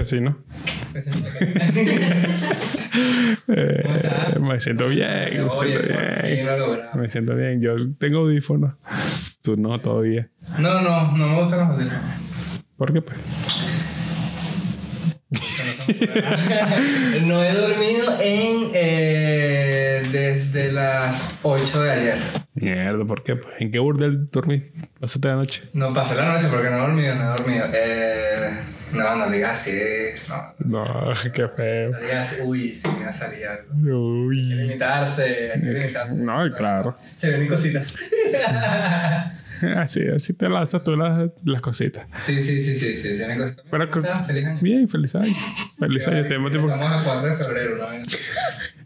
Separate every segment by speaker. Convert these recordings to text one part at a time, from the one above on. Speaker 1: así, ¿no? Eh, me siento bien, me siento bien. Me siento bien. Yo tengo audífonos. Tú no todavía.
Speaker 2: No, no, no me gustan los audífonos.
Speaker 1: ¿Por qué? Pues?
Speaker 2: no he dormido en eh, desde las 8 de ayer.
Speaker 1: Mierda, ¿por qué? Pues? ¿En qué burdel dormí? ¿Pasaste la noche?
Speaker 2: No pasé la noche porque no he dormido, no he dormido. Eh, no, no digas así.
Speaker 1: No, qué feo.
Speaker 2: No digas, uy, si me va a salir algo. Hay que
Speaker 1: Uy.
Speaker 2: limitarse, hay que limitarse.
Speaker 1: No, claro.
Speaker 2: Se ven mis cositas.
Speaker 1: Así, así te lanzas tú las, las cositas.
Speaker 2: sí, sí, sí, sí, sí, se ven mis cositas.
Speaker 1: Pero
Speaker 2: ¿Cómo estás? Feliz año.
Speaker 1: Bien, feliz año. Feliz año. Tenemos tiempo.
Speaker 2: Estamos a 4 de febrero, ¿no? Feliz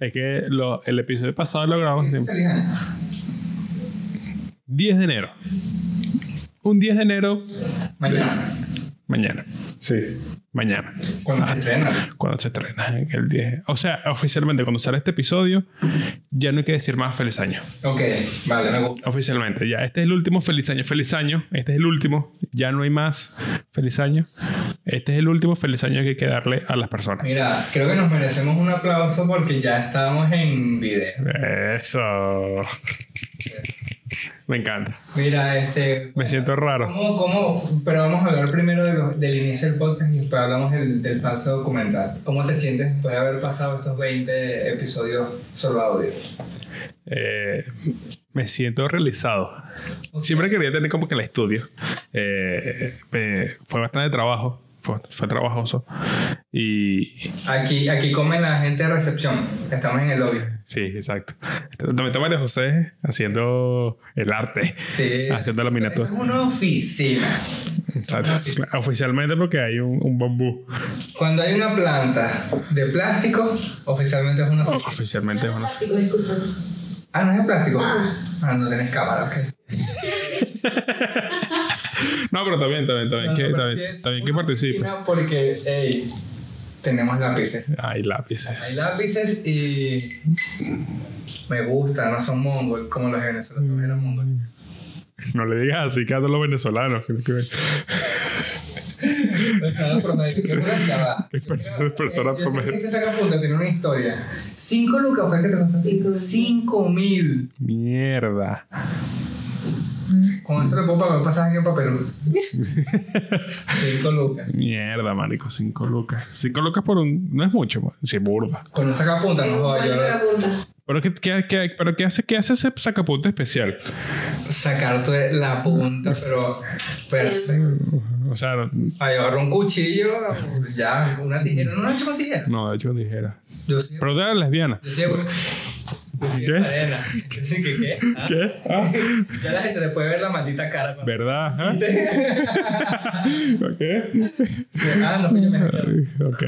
Speaker 1: Es que lo- el episodio pasado lo grabamos en tiempo.
Speaker 2: año.
Speaker 1: 10 de enero. Un 10 de enero
Speaker 2: Mañana,
Speaker 1: mañana. Sí. Mañana.
Speaker 2: cuando se estrena.
Speaker 1: Cuando se estrena ¿eh? el 10. O sea, oficialmente, cuando sale este episodio, ya no hay que decir más feliz año.
Speaker 2: Ok, vale, me gusta.
Speaker 1: Oficialmente, ya. Este es el último feliz año. Feliz año. Este es el último. Ya no hay más feliz año. Este es el último feliz año que hay que darle a las personas.
Speaker 2: Mira, creo que nos merecemos un aplauso porque ya estamos en video.
Speaker 1: Eso. Me encanta.
Speaker 2: Mira, este.
Speaker 1: Me siento raro.
Speaker 2: ¿Cómo, cómo? Pero vamos a hablar primero de lo- del inicio del podcast y después hablamos del, del falso documental. ¿Cómo te sientes después de haber pasado estos 20 episodios solo audio?
Speaker 1: Eh, me siento realizado. Siempre quería tener como que el estudio. Eh, eh, fue bastante trabajo. Fue, fue trabajoso. Y
Speaker 2: Aquí, aquí come la gente de recepción. Estamos en el lobby.
Speaker 1: sí, exacto. También está María José haciendo el arte.
Speaker 2: Sí.
Speaker 1: Haciendo la
Speaker 2: Esto
Speaker 1: miniatura.
Speaker 2: es una oficina. eh,
Speaker 1: Exacto. Oficialmente porque hay un, un bambú.
Speaker 2: Cuando hay una planta de plástico, oficialmente es una oficina.
Speaker 1: Oficialmente es una...
Speaker 3: Plástico, disculpa.
Speaker 2: Ah, no es de plástico. Ah, no tenés cámara, ok.
Speaker 1: No, pero está bien, está bien, está bien.
Speaker 2: No,
Speaker 1: que,
Speaker 2: no,
Speaker 1: está
Speaker 2: pero
Speaker 1: bien,
Speaker 2: sí es
Speaker 1: está bien que
Speaker 2: una
Speaker 1: participe.
Speaker 2: oficina Porque, hey, tenemos lápices.
Speaker 1: Hay
Speaker 2: Hay
Speaker 1: lápices.
Speaker 2: lápices y. Me gusta, no son mongol como los venezolanos
Speaker 1: Mm.
Speaker 2: eran mongol.
Speaker 1: No le digas así que a todos los venezolanos. que- que-
Speaker 2: Persona promedio, ¿qué pura chava?
Speaker 1: que personas- personas
Speaker 2: Yo sé que
Speaker 1: promedio.
Speaker 2: Este saca punta, tiene una historia. Cinco lucas fue que te costó.
Speaker 3: Cinco.
Speaker 2: Cinco mil.
Speaker 1: Mierda.
Speaker 2: Con eso le puedo pagar el pasaje para Perú. Cinco lucas.
Speaker 1: Mierda, marico, 5 lucas. 5 lucas por un. No es mucho, man. sí, burda.
Speaker 2: Con un sacapunta no
Speaker 3: ¿Cuál
Speaker 2: jodas,
Speaker 3: fue la
Speaker 2: yo
Speaker 3: punta?
Speaker 1: Pero ¿qué, qué- qué- pero qué hace, qué hace ese sacapunta especial?
Speaker 2: sacarte la
Speaker 1: Mm.
Speaker 2: punta, pero perfecto.
Speaker 1: O sea, no-
Speaker 2: Ahí agarró un cuchillo, ya, una tijera. No lo he hecho con tijera.
Speaker 1: no, de hecho dijera.
Speaker 2: Yo soy,
Speaker 1: Pero tú eres lesbiana.
Speaker 2: yo soy abuelo.
Speaker 1: ¿Qué?
Speaker 2: Arena. Yo sé que qué. Ah,
Speaker 1: ¿Qué? Ah,
Speaker 2: Ya la gente le puede ver la maldita cara. cuando-
Speaker 1: ¿Verdad? ¿Ah? ¿Ok?
Speaker 2: Ah, no, fui yo, me hackearon.
Speaker 1: Ok.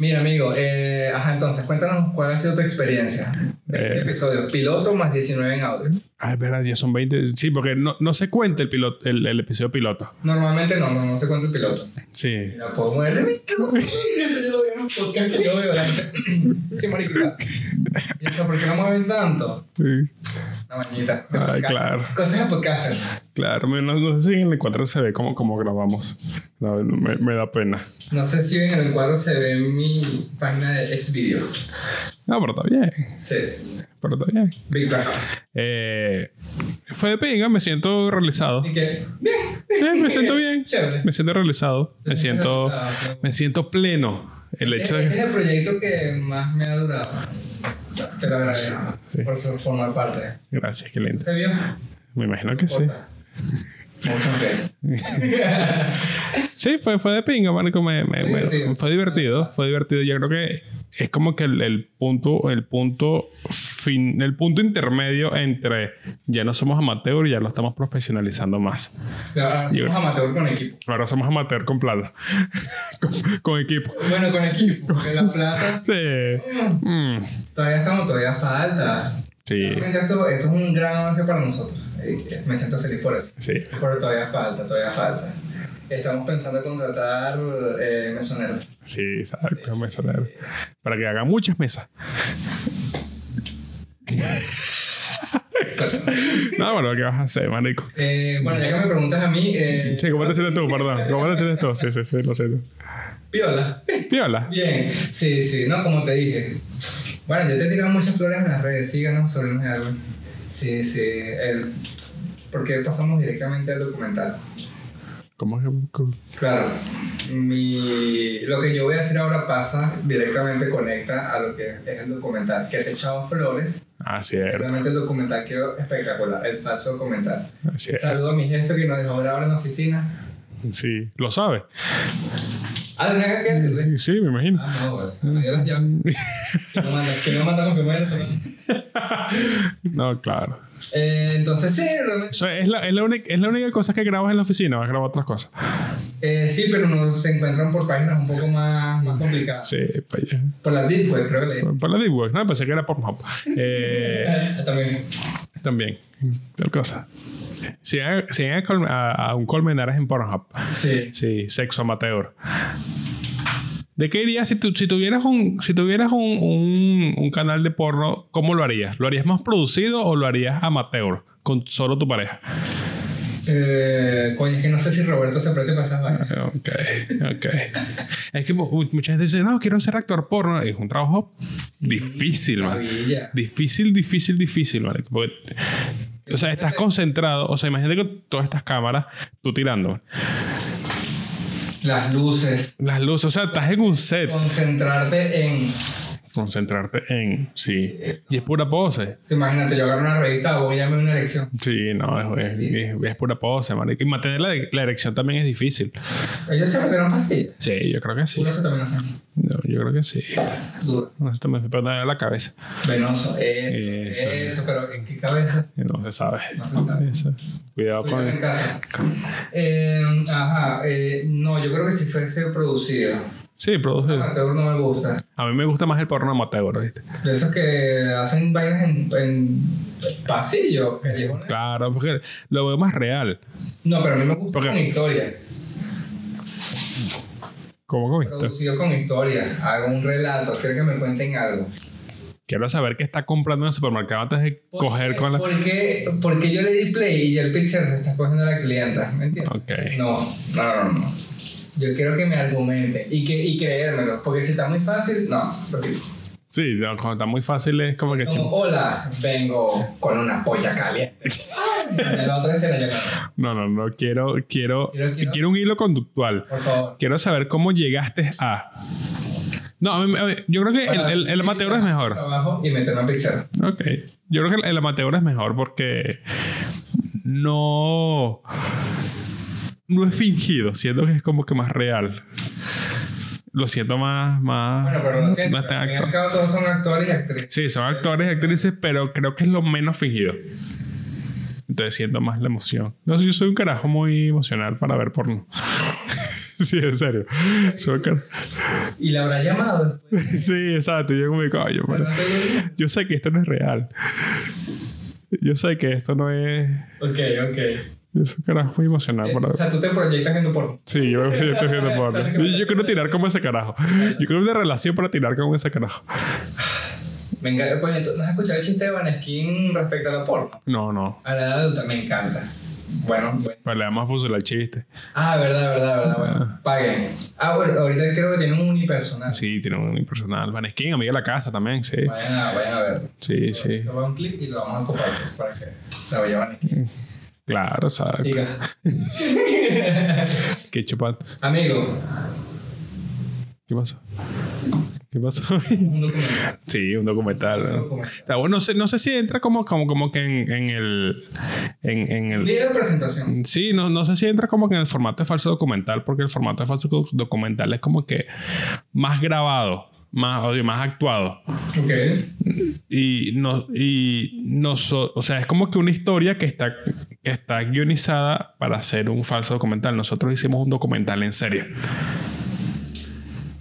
Speaker 2: Mira, amigo, eh, ajá, entonces cuéntanos cuál ha sido tu experiencia.
Speaker 1: Eh.
Speaker 2: Episodio piloto más 19 en audio.
Speaker 1: Ah, es verdad, ya son 20. Sí, porque no, no se cuenta el, piloto, el, el episodio piloto.
Speaker 2: Normalmente no, no, no sé cuánto el piloto.
Speaker 1: Sí.
Speaker 2: Mira, puedo mover de micrófono. Yo lo veo en un podcast que yo veo. la gente- Sí, mariquita. Y eso, ¿por qué no mueven tanto?
Speaker 1: Sí.
Speaker 2: La mañita. de
Speaker 1: Ay,
Speaker 2: podcast.
Speaker 1: claro.
Speaker 2: Cosas de podcaster.
Speaker 1: Claro, no, no sé si en el 4 se ve cómo, cómo grabamos. No, me, me da pena.
Speaker 2: No sé si en el cuadro se ve mi página de Xvideo.
Speaker 1: No, pero está bien.
Speaker 2: Sí,
Speaker 1: Pero está bien.
Speaker 2: Big Black Ops.
Speaker 1: Eh, fue de pinga, me siento realizado.
Speaker 2: Y que, bien.
Speaker 1: Sí, me siento bien.
Speaker 2: Chévere.
Speaker 1: Me siento realizado. Me siento, me siento pleno. El hecho
Speaker 2: Este
Speaker 1: de
Speaker 2: es el proyecto que más me ha durado. Te lo agradezco por ser- formar parte.
Speaker 1: Gracias, qué lindo.
Speaker 2: ¿Se vio?
Speaker 1: Me imagino que sí.
Speaker 2: Corta. Mucho bien.
Speaker 1: Sí, fue, fue de pinga, marico. Me, me- me-
Speaker 2: Divertido.
Speaker 1: fue divertido. Fue divertido. Yo creo que es como que el, el punto, el punto fin, el punto intermedio entre ya no somos amateur y ya lo estamos profesionalizando más.
Speaker 2: Ahora somos amateur con equipo.
Speaker 1: Ahora somos amateur con plata. con, con equipo.
Speaker 2: Bueno, con equipo. Porque la plata
Speaker 1: Sí. Mm.
Speaker 2: todavía estamos, todavía falta.
Speaker 1: Sí.
Speaker 2: Realmente Esto, esto es un gran avance para nosotros. Eh, Me siento feliz por eso.
Speaker 1: Sí.
Speaker 2: Pero todavía falta, todavía falta. Estamos pensando en contratar eh, mesoneros.
Speaker 1: Sí, exacto, mesonero. Para que haga muchas mesas. No, bueno, ¿qué vas a hacer, marico?
Speaker 2: Eh, bueno, ya que me preguntas a mí, eh,
Speaker 1: Sí, ¿cómo te sientes tú? Perdón. ¿Cómo te sientes tú? Sí, sí, sí, lo siento.
Speaker 2: Piola.
Speaker 1: Piola.
Speaker 2: Bien, sí, sí, no, como te dije. Bueno, yo te he tirado muchas flores en las redes, síganos, sobrinos de árbol. Sí, sí, el- porque pasamos directamente al documental.
Speaker 1: ¿Cómo es que.? cómo?
Speaker 2: Claro, mi, lo que yo voy a decir ahora pasa directamente conecta a lo que es el documental, que te he echado flores.
Speaker 1: Ah, cierto.
Speaker 2: Realmente el documental quedó espectacular, el falso documental.
Speaker 1: cierto.
Speaker 2: Saludo a mi jefe que nos dejó grabar en la oficina.
Speaker 1: Sí, lo sabe.
Speaker 2: Ah, ¿tenía que decirle?
Speaker 1: Sí, me imagino.
Speaker 2: Ah, no, güey, me dio las llaves. Que no manda, que no manda con firma de Venezuela.
Speaker 1: No, claro.
Speaker 2: Eh, entonces, sí, realmente.
Speaker 1: O sea, es, la, es, la única, es la única cosa que grabas en la oficina, vas a grabar otras cosas.
Speaker 2: Eh, sí, pero nos se encuentran por páginas un poco más, más complicadas.
Speaker 1: Sí, para allá.
Speaker 2: Por la Deep Web, creo que le dicen.
Speaker 1: Para la Deep Web, no, pensé que era Pornhub. Eh,
Speaker 2: Ah, También.
Speaker 1: también, tal cosa. Sigan, sigan a, Col- a- a un Colmenares en Pornhub.
Speaker 2: Sí.
Speaker 1: Sí, sexo amateur. ¿De qué irías si, tu- si tuvieras, un, si tuvieras un, un- un canal de porno? ¿Cómo lo harías? ¿Lo harías más producido o lo harías amateur con solo tu pareja?
Speaker 2: Eh, coño, es que no sé si Roberto se preste para esas vainas.
Speaker 1: Ok, ok. Es que mu- mucha gente dice, no, quiero ser actor porno. Es un trabajo difícil, man.
Speaker 2: Maravilla.
Speaker 1: Difícil, difícil, difícil, marico, porque- o sea, estás concentrado. O sea, imagínate con todas estas cámaras, tú tirando.
Speaker 2: Las luces.
Speaker 1: Las luces, o sea, estás en un set.
Speaker 2: Concentrarte en.
Speaker 1: Concentrarte en. Sí. Y es pura pose.
Speaker 2: Imagínate, yo agarro una revista o llame una elección.
Speaker 1: Sí, no, es, es- es- es pura pose, marico. Y mantener la, la erección también es difícil.
Speaker 2: Ellos se metieron pastillas.
Speaker 1: Sí, yo creo que sí.
Speaker 2: Tú eso también hacen.
Speaker 1: No, yo creo que sí.
Speaker 2: Duda.
Speaker 1: No sé, me fue a la cabeza.
Speaker 2: Venoso. Eso.
Speaker 1: Eso.
Speaker 2: Eso, pero ¿en qué cabeza?
Speaker 1: No se sabe.
Speaker 2: No se sabe.
Speaker 1: Eso. Cuidado
Speaker 2: Estoy en
Speaker 1: con.
Speaker 2: casa. Eh, ajá. eh, no, yo creo que si fuese producido.
Speaker 1: Sí, produce.
Speaker 2: Amateur no me gusta.
Speaker 1: A mí me gusta más el porno amateur, ¿viste?
Speaker 2: De esos que hacen vainas en, en pasillo, callejones.
Speaker 1: Claro, porque lo veo más real.
Speaker 2: No, pero a mí me gusta
Speaker 1: ¿Por qué?
Speaker 2: con historia.
Speaker 1: ¿Cómo con esto?
Speaker 2: Producido con historia. Hago un relato. Quiero que me cuenten algo.
Speaker 1: Quiero saber qué está comprando en el supermercado antes de
Speaker 2: ¿Por
Speaker 1: coger
Speaker 2: qué?
Speaker 1: con la.
Speaker 2: ¿Por qué? Porque yo le di play y el Pixar se está cogiendo a la clienta. ¿Me entiendes?
Speaker 1: Ok.
Speaker 2: No, no, no, no. Yo quiero que me argumenten y, que, y creérmelo. Porque si está muy fácil, no. Porque-
Speaker 1: Sí, no, cuando está muy fácil es como que
Speaker 2: como,
Speaker 1: chim-
Speaker 2: hola, vengo con una polla caliente. Ay, la otra vez se la llamaron.
Speaker 1: No, no, no. Quiero, quiero,
Speaker 2: Quiero- quiero-
Speaker 1: quiero, un hilo conductual.
Speaker 2: Por favor.
Speaker 1: Quiero saber cómo llegaste a. No, a mí- a mí- yo creo que el, el- el amateur es mejor.
Speaker 2: Trabajo y meterme a Pixar.
Speaker 1: Ok. Yo creo que el, el amateur es mejor porque no. No es fingido. Siento que es como que más real. Lo siento más. más
Speaker 2: Bueno, pero lo siento.
Speaker 1: más tan
Speaker 2: al fin y al
Speaker 1: actor.
Speaker 2: cabo, todos son actores y actrices.
Speaker 1: Sí, son actores y actrices, pero creo que es lo menos fingido. Entonces siento más la emoción. No sé, yo soy un carajo muy emocional para ver porno. sí, en serio. Soy un car-
Speaker 2: Y la habrá llamado.
Speaker 1: Sí, exacto. Yo como digo, "Ay, yo, pero- yo sé que esto no es real. Yo sé que esto no es...
Speaker 2: Ok, ok.
Speaker 1: Yo soy un carajo muy emocional para
Speaker 2: Eh,
Speaker 1: ver.
Speaker 2: O sea, tú te proyectas en tu porno.
Speaker 1: Sí, yo, yo estoy viendo porno. Yo, yo quiero tirar como ese carajo. Yo quiero una relación para tirar como ese carajo.
Speaker 2: Me encanta. Coño, ¿tú no has escuchado el chiste de Vaneskin respecto a la porno?
Speaker 1: No, no.
Speaker 2: A la edad adulta me encanta. Bueno, bueno.
Speaker 1: Vale, le damos fusil al chiste.
Speaker 2: Ah, verdad, verdad, verdad. Bueno, paguen. Ah, bueno, ahorita creo que tienen un unipersonal.
Speaker 1: Sí, tiene un impersonal. Van Skin, amiga de la casa también, sí.
Speaker 2: Vayan a, vayan a verlo.
Speaker 1: Sí, sí.
Speaker 2: Toma un clip y lo vamos a compartir para que la vea Vaneskin.
Speaker 1: Claro, exacto.
Speaker 2: Siga.
Speaker 1: Qué chupa-
Speaker 2: Amigo,
Speaker 1: ¿Qué pasó? ¿Qué pasó?
Speaker 2: un documental.
Speaker 1: sí, un documental.
Speaker 2: Un
Speaker 1: ¿no?
Speaker 2: documental.
Speaker 1: Está bueno, no sé, no sé si entra como, como, como que en, en el. En, en el.
Speaker 2: Video de presentación.
Speaker 1: Sí, no, no sé si entra como que en el formato de falso documental, porque el formato de falso doc- documental es como que más grabado, más, oye, más actuado.
Speaker 2: Ok.
Speaker 1: Y no, y no so- o sea, es como que una historia que está, que está guionizada para hacer un falso documental. Nosotros hicimos un documental en serio.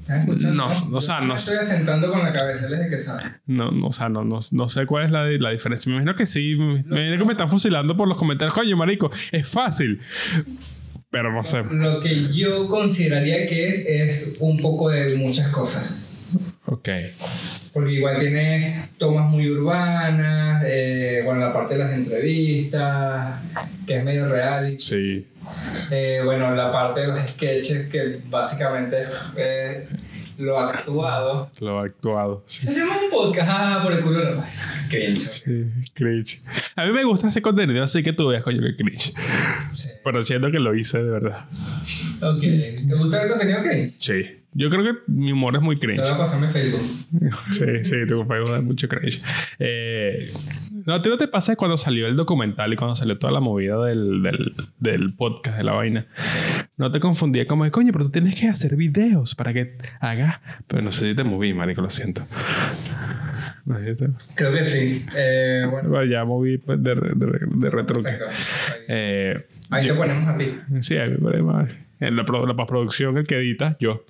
Speaker 2: ¿Estás escuchando?
Speaker 1: No, no, o sea,
Speaker 2: Yo
Speaker 1: no
Speaker 2: me Estoy asentando con la cabeza, él es el que sabe.
Speaker 1: No, no, o sea, no, no, no sé cuál es la, la diferencia. Me imagino que sí. Me imagino que me están fusilando por los comentarios. Coño, marico, es fácil. Pero no sé.
Speaker 2: Lo que yo consideraría que es, es un poco de muchas cosas.
Speaker 1: Ok.
Speaker 2: porque igual tiene tomas muy urbanas, eh, bueno, la parte de las entrevistas, que es medio real.
Speaker 1: Sí.
Speaker 2: Eh, bueno, la parte de los sketches, que básicamente es eh, lo actuado.
Speaker 1: Lo ha actuado. Sí.
Speaker 2: Hacemos un podcast, ah, por el culo no. Qué bien, chaval.
Speaker 1: Sí, cringe. A mí me gusta ese contenido, así que tú veas, coño, que cringe.
Speaker 2: Sí.
Speaker 1: Pero siento que lo hice de verdad.
Speaker 2: Ok, ¿te gusta el contenido que hice?
Speaker 1: Sí. Yo creo que mi humor es muy
Speaker 2: Te
Speaker 1: cringe.
Speaker 2: voy a pasarme Facebook.
Speaker 1: Sí, sí, tu compañero da mucho cringe. Eh, no, a ti no te pasa cuando salió el documental y cuando salió toda la movida del, del, del podcast, de la vaina. No te confundía como de coño, pero tú tienes que hacer videos para que hagas. Pero no sé si te moví, marico, lo siento. No sé si te-
Speaker 2: Creo que sí. Eh, bueno,
Speaker 1: Bueno, ya moví pues, de, de, de retruque.
Speaker 2: perfecto.
Speaker 1: Eh,
Speaker 2: Ahí te
Speaker 1: yo-
Speaker 2: ponemos a ti.
Speaker 1: Sí, hay problema. En la, pro- la postproducción, el que edita, yo.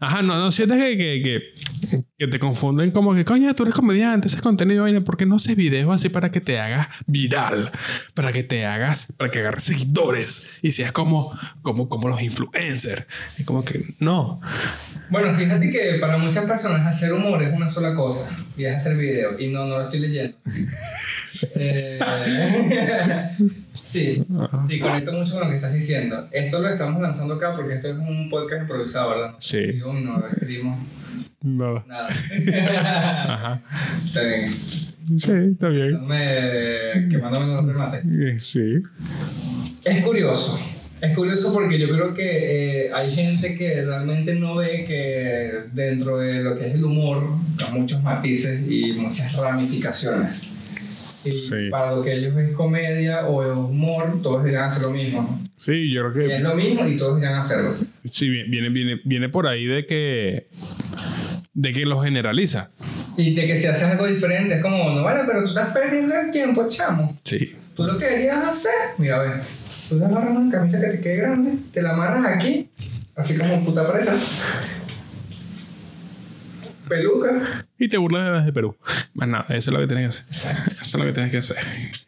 Speaker 1: Ajá, no, no sientes que, que, que, que te confunden como que, coño, tú eres comediante, haces contenido, vaina, ¿por qué no haces videos así para que te hagas viral? Para que te hagas, para que agarres seguidores y seas como, como, como los influencers. Y como que, no.
Speaker 2: Bueno, fíjate que para muchas personas hacer humor es una sola cosa y es hacer video. Y no, no lo estoy leyendo. Eh, sí, sí, conecto mucho con lo que estás diciendo. Esto lo estamos lanzando acá porque esto es un podcast improvisado, ¿verdad?
Speaker 1: Sí.
Speaker 2: Y uy, no escribimos
Speaker 1: No.
Speaker 2: nada.
Speaker 1: Ajá.
Speaker 2: Está bien.
Speaker 1: Sí, está bien.
Speaker 2: No me quemándome los remates.
Speaker 1: Eh, Sí.
Speaker 2: Es curioso. Es curioso porque yo creo que eh, hay gente que realmente no ve que dentro de lo que es el humor hay muchos matices y muchas ramificaciones. Y
Speaker 1: Sí.
Speaker 2: para lo que ellos es comedia o es humor, todos irán a hacer lo mismo.
Speaker 1: Sí, yo creo
Speaker 2: Y
Speaker 1: que
Speaker 2: es lo mismo y todos irán a hacerlo.
Speaker 1: sí, vi- viene, viene, viene por ahí de que, de que lo generaliza.
Speaker 2: Y de que si haces algo diferente, es como, no vale, pero tú estás perdiendo el tiempo, chamo.
Speaker 1: Sí.
Speaker 2: Tú lo que deberías hacer, mira, a ver, tú te amarras una camisa que te quede grande, te la amarras aquí, así como puta presa. Peluca.
Speaker 1: Y te burlas de las de Perú. Más nada, eso es lo que tienes que hacer. Eso es lo que tienes que hacer.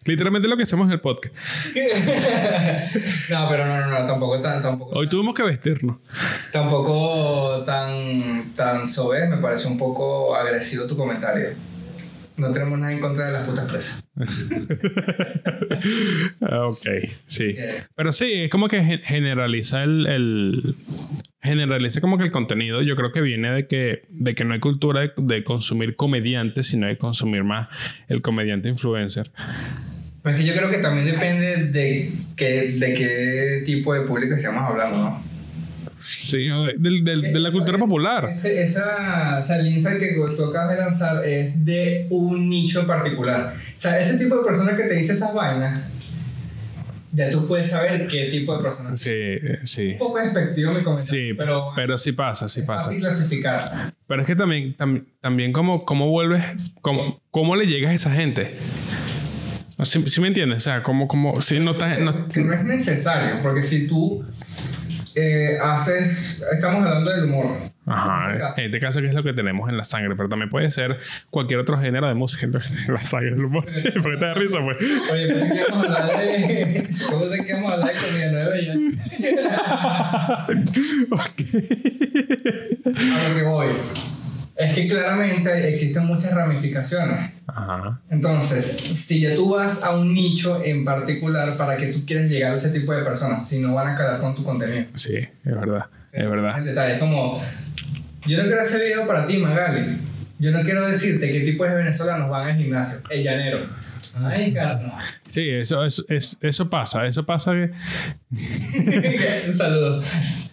Speaker 1: Literalmente lo que hacemos en el podcast.
Speaker 2: no, pero no, no, no, tampoco tan, tampoco,
Speaker 1: Hoy tuvimos que vestirnos.
Speaker 2: tampoco tan, tan soez, me parece un poco agresivo tu comentario. No tenemos nada en contra de las putas presas.
Speaker 1: Ah, ok, sí.
Speaker 2: Yeah.
Speaker 1: Pero sí, es como que gen- generaliza el, el- Generaliza como que el contenido. Yo creo que viene de que, de que no hay cultura de, de consumir comediantes, sino de consumir más el comediante influencer.
Speaker 2: Pero es que yo creo que también depende de qué, de qué tipo de público estamos hablando, ¿no?
Speaker 1: Sí, o de, del- del- de la cultura popular.
Speaker 2: Ese- esa, o sea, el insight que tú acabas de lanzar es de un nicho en particular. O sea, ese tipo de persona que te dice esas vainas, ya tú puedes saber qué tipo de persona es.
Speaker 1: Sí, eh, sí.
Speaker 2: Un poco despectivo mi comentario,
Speaker 1: Sí,
Speaker 2: pero,
Speaker 1: pero sí pasa, sí
Speaker 2: es
Speaker 1: pasa.
Speaker 2: fácil clasificar.
Speaker 1: Pero es que también, tam- también cómo, cómo vuelves, cómo, cómo le llegas a esa gente. No, ¿Sí, sí me entiendes? O sea, cómo, cómo, si no estás... no-
Speaker 2: Que no es necesario, porque si tú eh, haces, estamos hablando del humor.
Speaker 1: Ajá, en este caso que es lo que tenemos en la sangre, pero también puede ser cualquier otro género de música en la sangre, el humor. Porque te da risa, pues.
Speaker 2: Oye, pensé que íbamos a hablar de. Yo pensé que íbamos a hablar de comida nueva y
Speaker 1: Ok.
Speaker 2: A lo que voy. Es que claramente existen muchas ramificaciones.
Speaker 1: Ajá.
Speaker 2: Entonces, si ya tú vas a un nicho en particular para que tú quieras llegar a ese tipo de personas, si no van a calar con tu contenido.
Speaker 1: Sí, es verdad, es verdad.
Speaker 2: El detalle es como, yo no quiero hacer video para ti, Magali. Yo no quiero decirte qué tipo de venezolanos van al gimnasio. El llanero. Ay, Carlos.
Speaker 1: Sí, eso, es, es- eso pasa, eso pasa que...
Speaker 2: un saludo.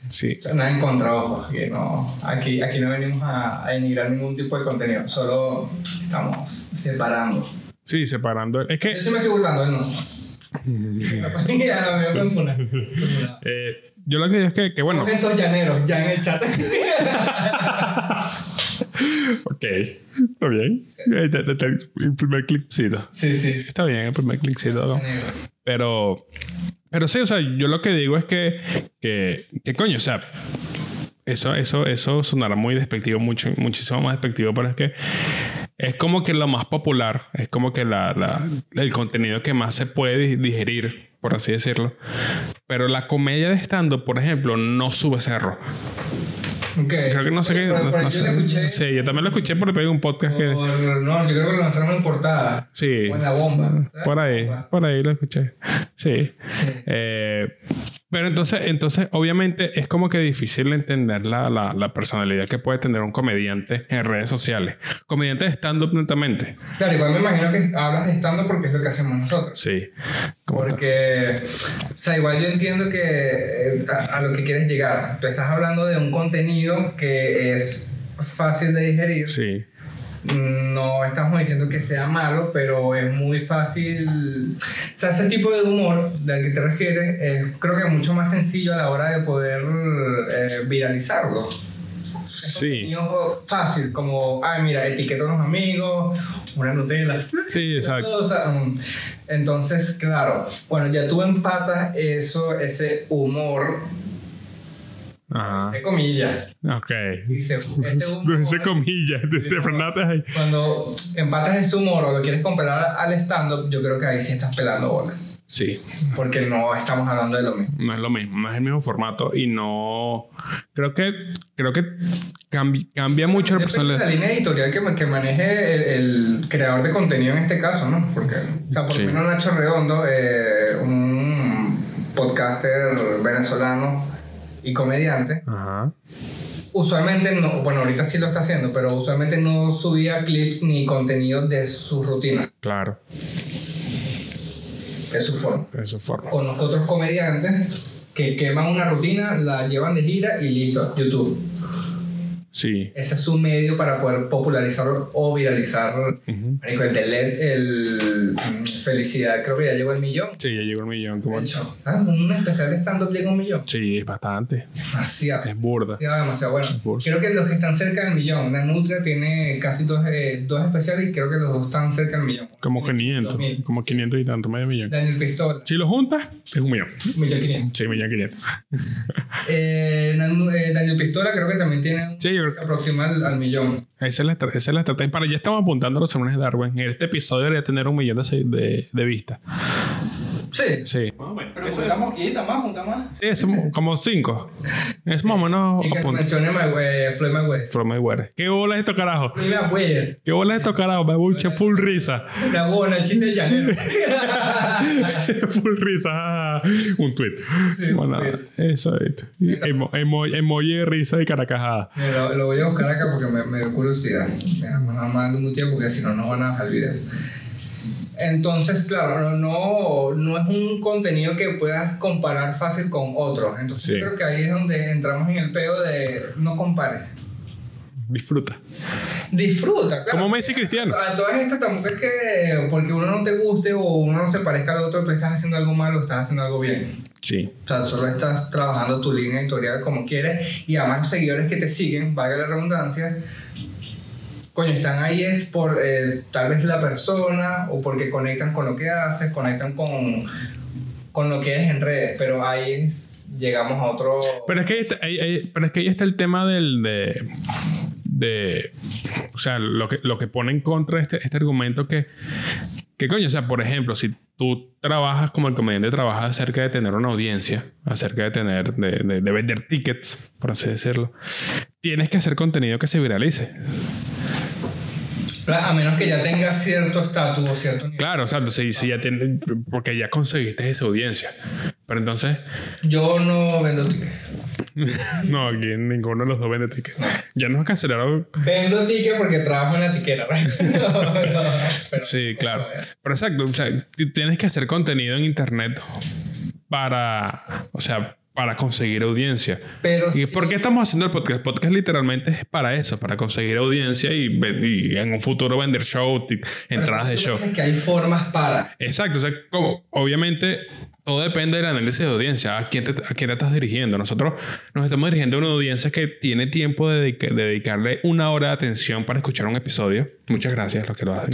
Speaker 1: Sí,
Speaker 2: O sea, Nada en contra, ojo. que no, aquí, aquí no venimos a, a denigrar ningún tipo de contenido. Solo estamos separando.
Speaker 1: sí, separando... Es que
Speaker 2: Yo sí me estoy burlando, ¿eh? No. Ya, me voy a funar.
Speaker 1: eh, yo lo que digo es que, que bueno...
Speaker 2: Con esos llaneros, ya en el chat.
Speaker 1: Ok, está bien. Ahí está- está El primer clipcito.
Speaker 2: sí, sí.
Speaker 1: Está bien, el primer clipcito. ¿no?
Speaker 2: Llanero.
Speaker 1: Pero, pero sí, o sea, yo lo que digo es que, que, que coño, o sea, eso, eso, eso sonará muy despectivo, mucho, muchísimo más despectivo, pero es que es como que lo más popular, es como que la, la- el contenido que más se puede di- digerir, por así decirlo. Pero la comedia de stand-up, por ejemplo, no sube cerro.
Speaker 2: Ok.
Speaker 1: Creo que no sé qué.
Speaker 2: Pero-
Speaker 1: No,
Speaker 2: pero
Speaker 1: no
Speaker 2: yo
Speaker 1: sé.
Speaker 2: lo escuché. Oh,
Speaker 1: Sí, yo también lo escuché por pedir un podcast que.
Speaker 2: Por- no, yo creo que lo lanzaron en portada.
Speaker 1: Sí.
Speaker 2: O en la bomba. ¿sabes?
Speaker 1: Por ahí,
Speaker 2: Bomba.
Speaker 1: por ahí lo escuché. Sí.
Speaker 2: Sí.
Speaker 1: Eh, pero entonces, entonces, obviamente, es como que difícil entender la, la- la personalidad que puede tener un comediante en redes sociales. Comediante de stand-up netamente.
Speaker 2: Claro, igual me imagino que hablas de estando porque es lo que hacemos nosotros.
Speaker 1: Sí. Como tal.
Speaker 2: Porque, o sea, igual yo entiendo que eh, a, a lo que quieres llegar. Tú estás hablando de un contenido que es fácil de digerir.
Speaker 1: Sí.
Speaker 2: No estamos diciendo que sea malo, pero es muy fácil. O sea, ese tipo de humor del que te refieres, es, creo que es mucho más sencillo a la hora de poder eh, viralizarlo.
Speaker 1: Sí.
Speaker 2: Contenido Fácil, como, ay, mira, etiqueta a unos amigos, una Nutella.
Speaker 1: Sí, exacto.
Speaker 2: O sea, um, entonces, claro, cuando ya tú empatas eso, ese humor,
Speaker 1: Ajá.
Speaker 2: de comillas,
Speaker 1: Ok.
Speaker 2: dice, ese humor,
Speaker 1: Ese comillas, desde Fernández ahí.
Speaker 2: cuando empatas ese humor o lo quieres comparar al stand-up, yo creo que ahí sí estás pelando bola,
Speaker 1: Sí,
Speaker 2: porque no estamos hablando de lo mismo.
Speaker 1: no es lo mismo, no es el mismo formato y no. Creo que, creo que cambi- cambia mucho la
Speaker 2: Depende de la
Speaker 1: personalidad.
Speaker 2: línea editorial que, que maneje el, el creador de contenido en este caso, ¿no? Porque, o sea, por
Speaker 1: Sí.
Speaker 2: lo menos Nacho Redondo, eh, un podcaster venezolano y comediante,
Speaker 1: Ajá.
Speaker 2: Usualmente no, bueno, ahorita sí lo está haciendo, pero usualmente no subía clips ni contenido de su rutina,
Speaker 1: Claro,
Speaker 2: de su forma.
Speaker 1: de esa forma.
Speaker 2: Conozco otros comediantes que queman una rutina, la llevan de gira y listo, YouTube.
Speaker 1: Sí.
Speaker 2: Ese es su medio para poder popularizar o viralizar.
Speaker 1: Ujú.
Speaker 2: Marico, el de LED, el mm, Felicidad, creo que ya llegó el millón.
Speaker 1: Sí, ya llegó el millón. como-
Speaker 2: De hecho, ¿sabes? Un especial de stand-up llega a un millón.
Speaker 1: Sí, es bastante.
Speaker 2: Demasiado.
Speaker 1: Es burda.
Speaker 2: demasiado, demasiado bueno.
Speaker 1: Por-
Speaker 2: Creo que los que están cerca del millón, la Nutria tiene casi dos, eh, dos especiales y creo que los dos están cerca del millón.
Speaker 1: Como 500.
Speaker 2: 2000.
Speaker 1: Como 500 y tanto, medio millón.
Speaker 2: Daniel Pistola,
Speaker 1: Si lo juntas, es un millón.
Speaker 2: millón quinientos.
Speaker 1: Sí, millón 500.
Speaker 2: Eh, Nan- eh, Daniel Pistola creo que también tiene un
Speaker 1: Sí, yo creo
Speaker 2: se aproxima al, al millón.
Speaker 1: Esa es la, estra- esa es la estrategia. Para ya estamos apuntando a los sermones de Darwin. En este episodio debería tener un millón de, se- de, de vistas.
Speaker 2: Sí.
Speaker 1: Sí.
Speaker 2: Pero pues, juntamos aquí, más, juntamos más.
Speaker 1: Sí, es un- como cinco. Es más o menos
Speaker 2: Y que
Speaker 1: apunt-
Speaker 2: mencione Maywe- Floyd Mayweather.
Speaker 1: From my weather. ¿Qué bola es esto, carajo?
Speaker 2: Floyd Mayweather.
Speaker 1: ¿Qué bola es esto, carajo? Me bucha full risa.
Speaker 2: La buena, el chiste de llanero.
Speaker 1: full risa. Ah, Un tweet.
Speaker 2: Sí,
Speaker 1: Bueno,
Speaker 2: un
Speaker 1: nada, eso es. Emo- emo- emoji de ah, risa y caracajada.
Speaker 2: Mira, Lo, lo voy a buscar acá porque me, me dio curiosidad. Me da más mal un tiempo porque si no, no van a bajar el video. Entonces, claro, no, no, no es un contenido que puedas comparar fácil con otros. Entonces,
Speaker 1: Sí.
Speaker 2: yo creo que ahí es donde entramos en el peo de no compares.
Speaker 1: Disfruta.
Speaker 2: Disfruta, claro.
Speaker 1: Como Messi y Cristiano.
Speaker 2: A todas estas tampoco es que porque uno no te guste o uno no se parezca al otro, tú estás haciendo algo malo o estás haciendo algo bien.
Speaker 1: Sí.
Speaker 2: O sea, solo estás trabajando tu línea editorial como quieres y además los seguidores que te siguen, valga la redundancia, coño, están ahí es por eh, tal vez la persona o porque conectan con lo que haces, conectan con, con lo que eres en redes, pero ahí es- llegamos a otro...
Speaker 1: Pero es que ahí está, ahí- ahí- pero es que ahí está el tema del de, de- o sea, lo que, lo que pone en contra este, este argumento que, que coño, o sea, por ejemplo, si tú trabajas como el comediante trabaja acerca de tener una audiencia, acerca de tener, de, de- de vender tickets, por así decirlo, tienes que hacer contenido que se viralice.
Speaker 2: A menos que ya tengas cierto estatus o cierto nivel.
Speaker 1: Claro, o sea, si, si ya tienes, porque ya conseguiste esa audiencia. Pero entonces,
Speaker 2: Yo no vendo tickets.
Speaker 1: no, aquí ninguno de los dos vende tickets. Ya nos cancelaron
Speaker 2: Vendo tickets porque trabajo en la tiquera, ¿verdad? Pero- pero-
Speaker 1: Sí, claro. Pero exacto, o sea, ti- tienes que hacer contenido en internet para, o sea, para conseguir audiencia.
Speaker 2: Pero
Speaker 1: ¿Y
Speaker 2: sí-
Speaker 1: por qué estamos haciendo el podcast? El podcast literalmente es para eso, para conseguir audiencia y, ven- y en un futuro vender show, ti- entradas de
Speaker 2: Tú
Speaker 1: show.
Speaker 2: dices que hay formas para.
Speaker 1: Exacto, o sea, como, obviamente todo depende del análisis de audiencia, a quién, te, a quién te estás dirigiendo. Nosotros nos estamos dirigiendo a una audiencia que tiene tiempo de, dedica- de dedicarle una hora de atención para escuchar un episodio. Muchas gracias a los que lo hacen.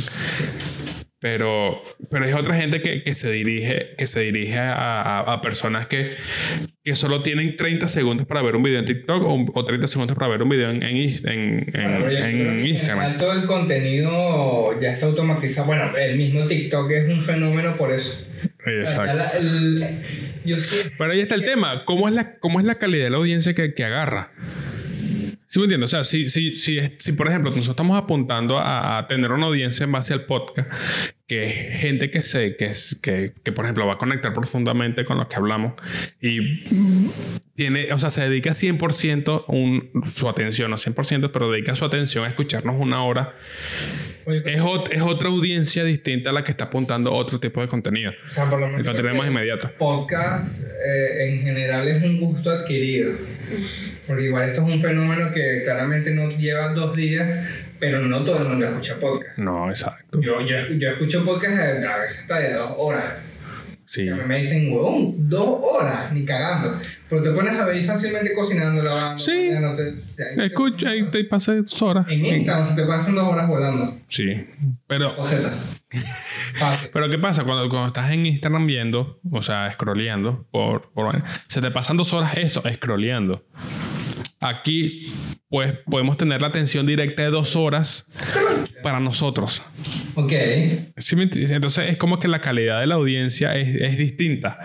Speaker 1: Pero, pero es otra gente que, que se dirige, que se dirige a, a- a personas que, que solo tienen 30 segundos para ver un video en TikTok o, un- o 30 segundos para ver un video en, en, Inst- en- en-
Speaker 2: Bueno, pero yo
Speaker 1: en
Speaker 2: creo que
Speaker 1: Instagram.
Speaker 2: general Todo el contenido ya está automatizado. Bueno, el mismo TikTok es un fenómeno por eso. Ya
Speaker 1: Exacto.
Speaker 2: la- el- yo sí.
Speaker 1: Pero ahí está el tema. ¿Cómo es la, cómo es la calidad de la audiencia que, que agarra? Sí, me entiendo. O sea, si, si, si, es- si, por ejemplo, nosotros estamos apuntando a, a tener una audiencia en base al podcast, que es gente que se, que, es- que, que, por ejemplo, va a conectar profundamente con lo que hablamos y tiene, o sea, se dedica 100% un, su atención, no 100%, pero dedica su atención a escucharnos una hora,
Speaker 2: Oye,
Speaker 1: es, ot- es otra audiencia distinta a la que está apuntando a otro tipo de contenido.
Speaker 2: o sea, por lo
Speaker 1: El
Speaker 2: menos
Speaker 1: contenido más inmediato.
Speaker 2: podcast eh, en general es un gusto adquirido. Porque igual esto es un fenómeno que claramente no lleva dos días, pero no todo el mundo escucha podcast.
Speaker 1: No, exacto.
Speaker 2: Yo, yo, yo escucho podcast eh, a veces hasta de dos horas.
Speaker 1: Sí.
Speaker 2: Y a mí me dicen, huevón, dos horas, ni cagando. Pero te pones a ver fácilmente cocinando, lavando.
Speaker 1: Sí.
Speaker 2: ya no te- ahí te-
Speaker 1: Escucha, ahí te pasé dos horas.
Speaker 2: En Instagram se te pasan dos horas volando.
Speaker 1: Sí. Pero
Speaker 2: O Z. Fácil.
Speaker 1: Pero ¿qué pasa? Cuando, cuando estás en Instagram viendo, o sea, scrolleando, por, por- se te pasan dos horas eso, scrolleando. Aquí, pues, podemos tener la atención directa de dos horas para nosotros.
Speaker 2: Ok.
Speaker 1: ¿Sí me enti- Entonces, es como que la calidad de la audiencia es, es distinta.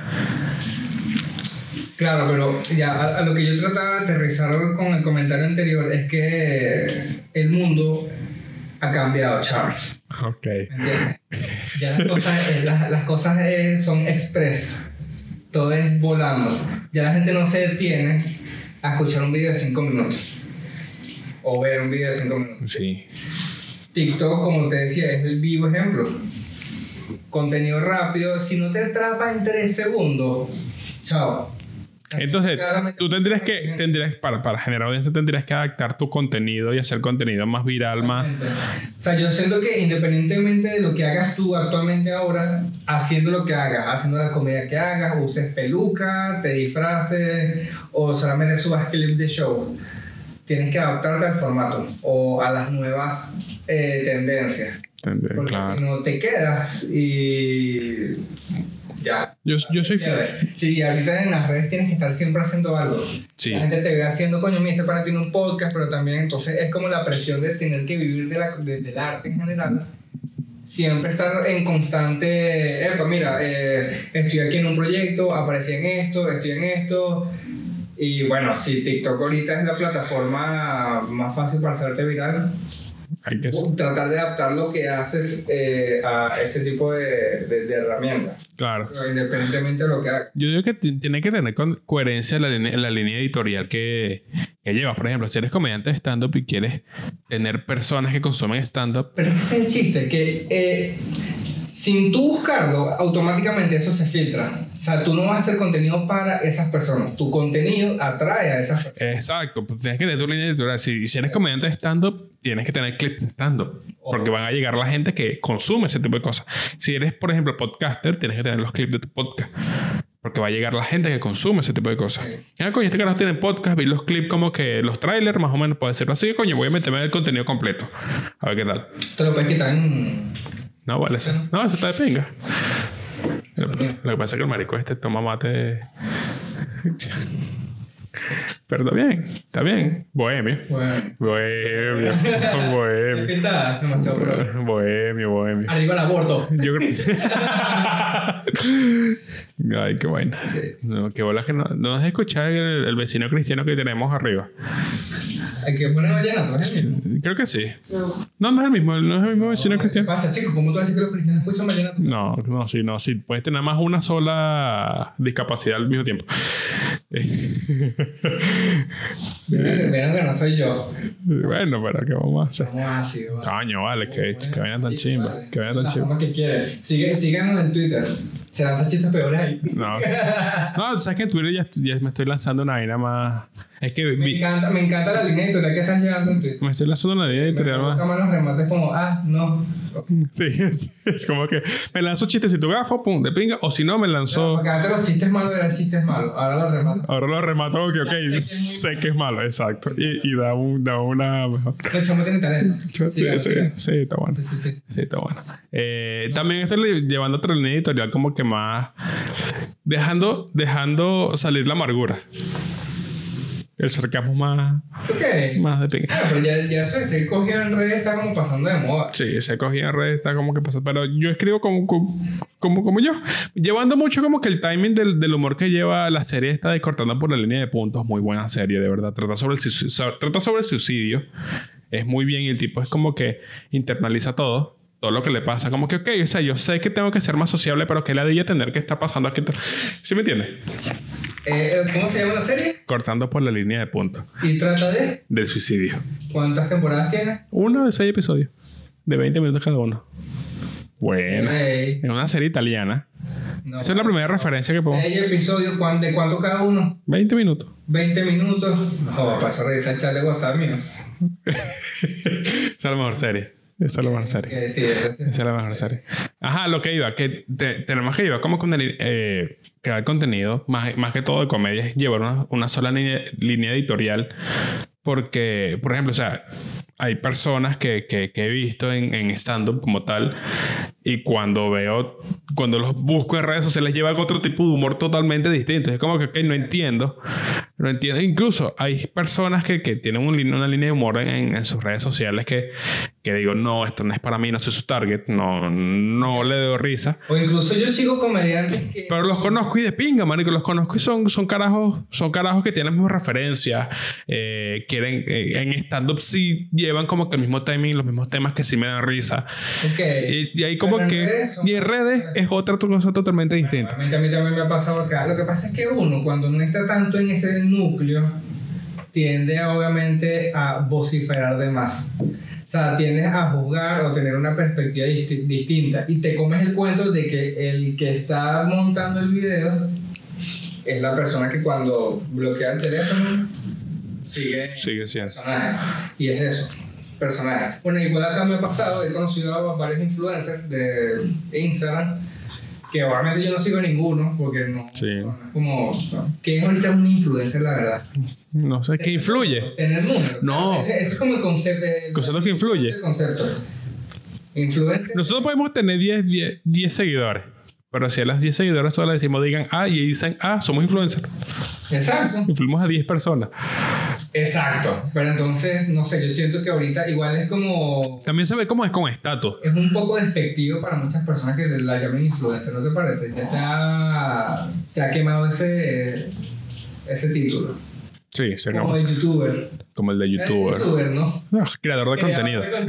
Speaker 2: Claro, pero ya a, a lo que yo trataba de aterrizar con el comentario anterior es que el mundo ha cambiado, Charles.
Speaker 1: Ok.
Speaker 2: ¿Me entiendes? Ya las cosas, eh, las, las cosas eh, son express. Todo es volando. Ya la gente no se detiene a escuchar un video de 5 minutos. O ver un video de 5 minutos.
Speaker 1: Sí.
Speaker 2: TikTok, como te decía, es el vivo ejemplo. Contenido rápido, si no te atrapa en 3 segundos, chao.
Speaker 1: Entonces,
Speaker 2: Claramente-
Speaker 1: tú tendrías que, tendrías, para, para generar audiencia, tendrías que adaptar tu contenido y hacer contenido más viral,
Speaker 2: Ah.
Speaker 1: más...
Speaker 2: O sea, yo siento que independientemente de lo que hagas tú actualmente ahora, haciendo lo que hagas, haciendo la comedia que hagas, uses peluca, te disfraces o solamente subas clip de show, tienes que adaptarte al formato o a las nuevas eh, tendencias. Porque si
Speaker 1: Claro.
Speaker 2: no te quedas y ya.
Speaker 1: Yo, yo soy...
Speaker 2: Ya ves. Sí, ahorita en las redes tienes que estar siempre haciendo algo.
Speaker 1: Sí.
Speaker 2: La gente te ve haciendo, coño, mi este pana tiene un podcast, pero también entonces es como la presión de tener que vivir de la- de- del arte en general. Siempre estar en constante, epa, mira, eh, estoy aquí en un proyecto, aparecí en esto, estoy en esto. Y bueno, si TikTok ahorita es la plataforma más fácil para hacerte viral, uh,
Speaker 1: Hay que...
Speaker 2: tratar de adaptar lo que haces eh, a ese tipo de, de- de herramientas,
Speaker 1: Claro.
Speaker 2: Pero independientemente de lo que hagas.
Speaker 1: Yo digo que ti- tiene que tener con- coherencia la línea, la línea editorial que, que llevas. Por ejemplo, si eres comediante de stand-up y quieres tener personas que consumen stand-up,
Speaker 2: Pero ese es el chiste, que eh, sin tú buscarlo, automáticamente eso se filtra. O sea, tú no vas a hacer contenido para esas personas. Tu contenido atrae a esas personas.
Speaker 1: exacto, pues tienes que tener tu línea editorial. Si, si eres comediante de stand-up, tienes que tener clips de stand-up, porque van a llegar la gente que consume ese tipo de cosas. Si eres, por ejemplo, podcaster, tienes que tener los clips de tu podcast. Porque va a llegar la gente que consume ese tipo de cosas. Ah, coño, este carajo tiene podcast, vi los clips como que los trailers, más o menos, puede decirlo así. Coño, voy a meterme el contenido completo. A ver qué tal.
Speaker 2: Te lo puedes quitar en...
Speaker 1: No, vale, eso. No, eso está de pinga. Lo- Lo que pasa es que el marico este toma mate. Pero está bien, está bien. Bohemio.
Speaker 2: Bueno.
Speaker 1: Bohemio.
Speaker 2: Es
Speaker 1: Bohemio.
Speaker 2: pintada, demasiado bro.
Speaker 1: Bohemio, bohemio.
Speaker 2: Arriba el aborto.
Speaker 1: Yo creo. Ay, qué vaina.
Speaker 2: Sí.
Speaker 1: No, qué bola que no, no has escuchado el, el vecino cristiano que tenemos arriba.
Speaker 2: Hay que poner vallenato, ¿eh? ¿es el mismo?
Speaker 1: Creo que sí.
Speaker 3: No.
Speaker 1: No, no es el mismo, no es el mismo vecino
Speaker 2: ¿Qué
Speaker 1: cristiano.
Speaker 2: pasa, chicos? ¿Cómo tú decís que los cristianos escuchan vallenato?
Speaker 1: No, no, sí, no, sí. Puedes tener más una sola discapacidad al mismo tiempo.
Speaker 2: Verán verán que no soy yo.
Speaker 1: bueno, pero ¿qué vamos a hacer?
Speaker 2: Somos así, ¿vale?
Speaker 1: Caño, vale, que, Ah, que vaina tan chimba. Que vaina tan
Speaker 2: La
Speaker 1: chimba.
Speaker 2: forma que quieres. Sigue- Síganos en Twitter. Se lanzan chistes peores ahí.
Speaker 1: No. No, sabes que en Twitter ya, ya me estoy lanzando una vaina más. Es que
Speaker 2: Me
Speaker 1: vi-
Speaker 2: encanta, me encanta la línea editorial que estás llevando en Twitter.
Speaker 1: me estoy lanzando una vaina editorial
Speaker 2: Me
Speaker 1: más.
Speaker 2: gustan más los remates como, ah, no.
Speaker 1: Sí, es, es como que me lanzo chistes y tu gafo, pum, de pinga. O si no, me lanzó.
Speaker 2: Porque antes los chistes malos eran chistes malos, ahora los remates.
Speaker 1: Ahora lo remato, ok, ok, sé que es malo, exacto. Y, y da, un, da una mejor.
Speaker 2: El chamo tiene talento.
Speaker 1: Sí,
Speaker 2: Sigan,
Speaker 1: sí,
Speaker 2: sigan.
Speaker 1: sí, está bueno.
Speaker 2: Sí, sí, sí.
Speaker 1: Sí, está bueno. Eh, También estoy le- llevando otra línea editorial como que más... Dejando, dejando salir la amargura. El sarcasmo más,
Speaker 2: Ok.
Speaker 1: más de pinga.
Speaker 2: Claro, pero ya, ya eso de ser cogido en redes está como pasando de moda.
Speaker 1: Sí, se cogía en redes, está como que pasó. Pero yo escribo como, como, como, como yo. Llevando mucho como que el timing del, del humor que lleva la serie está de cortando por la línea de puntos. Muy buena serie, de verdad. Trata sobre el, suicidio- sobre- trata sobre el suicidio. Es muy bien y el tipo es como que internaliza todo. Todo lo que le pasa, como que, ok, o sea, yo sé que tengo que ser más sociable, pero que la de tener que estar pasando aquí. ¿Sí me entiendes?
Speaker 2: Eh, eh, ¿Cómo se llama la serie?
Speaker 1: Cortando por la línea de puntos
Speaker 2: Y trata de.
Speaker 1: del suicidio.
Speaker 2: ¿Cuántas temporadas tiene?
Speaker 1: Uno de seis episodios, de 20 minutos cada uno. Bueno.
Speaker 2: Ey,
Speaker 1: Es una serie italiana.
Speaker 2: no.
Speaker 1: Esa es la primera referencia que pongo.
Speaker 2: Seis episodios, ¿cuán- ¿de cuánto cada uno?
Speaker 1: 20 minutos.
Speaker 2: 20 minutos. No, para eso revisar el chat de WhatsApp mío.
Speaker 1: Esa es la mejor serie. Esa es la mejor serie.
Speaker 2: Que sí, esa sí.
Speaker 1: Esa es la mejor serie. Ajá, lo que iba, que te- tenemos que llevar como con el, eh, crear contenido, más, más que todo de comedia, es llevar una, una sola línea, línea editorial. Porque, por ejemplo, o sea, hay personas que, que- que he visto en, en stand-up como tal, y cuando veo, cuando los busco en redes sociales, lleva otro tipo de humor totalmente distinto. Es como que, ok, no entiendo. No entiendo. Incluso hay personas que, que tienen un lin- una línea de humor en, en sus redes sociales que, que digo, no, esto no es para mí, no soy su target, no, no le doy risa.
Speaker 2: O incluso yo sigo comediantes que.
Speaker 1: Pero los conozco y de pinga, marico. Los conozco y son, son carajos son carajos que tienen las mismas referencias. eh, quieren, eh, en stand-up sí llevan como que el mismo timing, los mismos temas que sí me dan risa.
Speaker 2: Ok.
Speaker 1: Y, y ahí como
Speaker 2: Pero en
Speaker 1: que...
Speaker 2: redes son-
Speaker 1: y en redes es otra cosa totalmente distinta.
Speaker 2: Realmente a mí también me ha pasado acá. Lo que pasa es que uno, cuando no está tanto en ese núcleo, tiende a, obviamente a vociferar de más. O sea, tiendes a juzgar o tener una perspectiva disti- distinta. Y te comes el cuento de que el que está montando el video es la persona que cuando bloquea el teléfono sigue
Speaker 1: Sigue siendo.
Speaker 2: personaje. Y es eso, personaje. Bueno, igual acá me ha pasado, he conocido a varios influencers de Instagram, que obviamente yo no sigo a ninguno, porque no,
Speaker 1: Sí.
Speaker 2: no es como, que es ahorita un influencer, la verdad.
Speaker 1: No sé, ¿qué influye?
Speaker 2: Tener números.
Speaker 1: No.
Speaker 2: Ese, ese es como el concepto. el-
Speaker 1: Concepto que influye.
Speaker 2: El concepto. Influencer.
Speaker 1: Nosotros podemos tener 10, 10, 10 seguidores. Pero si a las 10 seguidores solo le decimos digan ah y dicen ah, somos influencers.
Speaker 2: Exacto.
Speaker 1: Influimos a 10 personas.
Speaker 2: Exacto. Pero entonces, no sé, yo siento que ahorita igual es como.
Speaker 1: También se ve cómo es con estatus.
Speaker 2: es un poco despectivo para muchas personas que la llamen influencer, ¿no te parece? Ya se ha, se ha quemado ese, ese título.
Speaker 1: Sí, se
Speaker 2: Como
Speaker 1: como,
Speaker 2: de youtuber.
Speaker 1: como el de
Speaker 2: Eh,
Speaker 1: youtuber.
Speaker 2: youtuber, ¿no?
Speaker 1: No, creador de contenido.
Speaker 2: Creador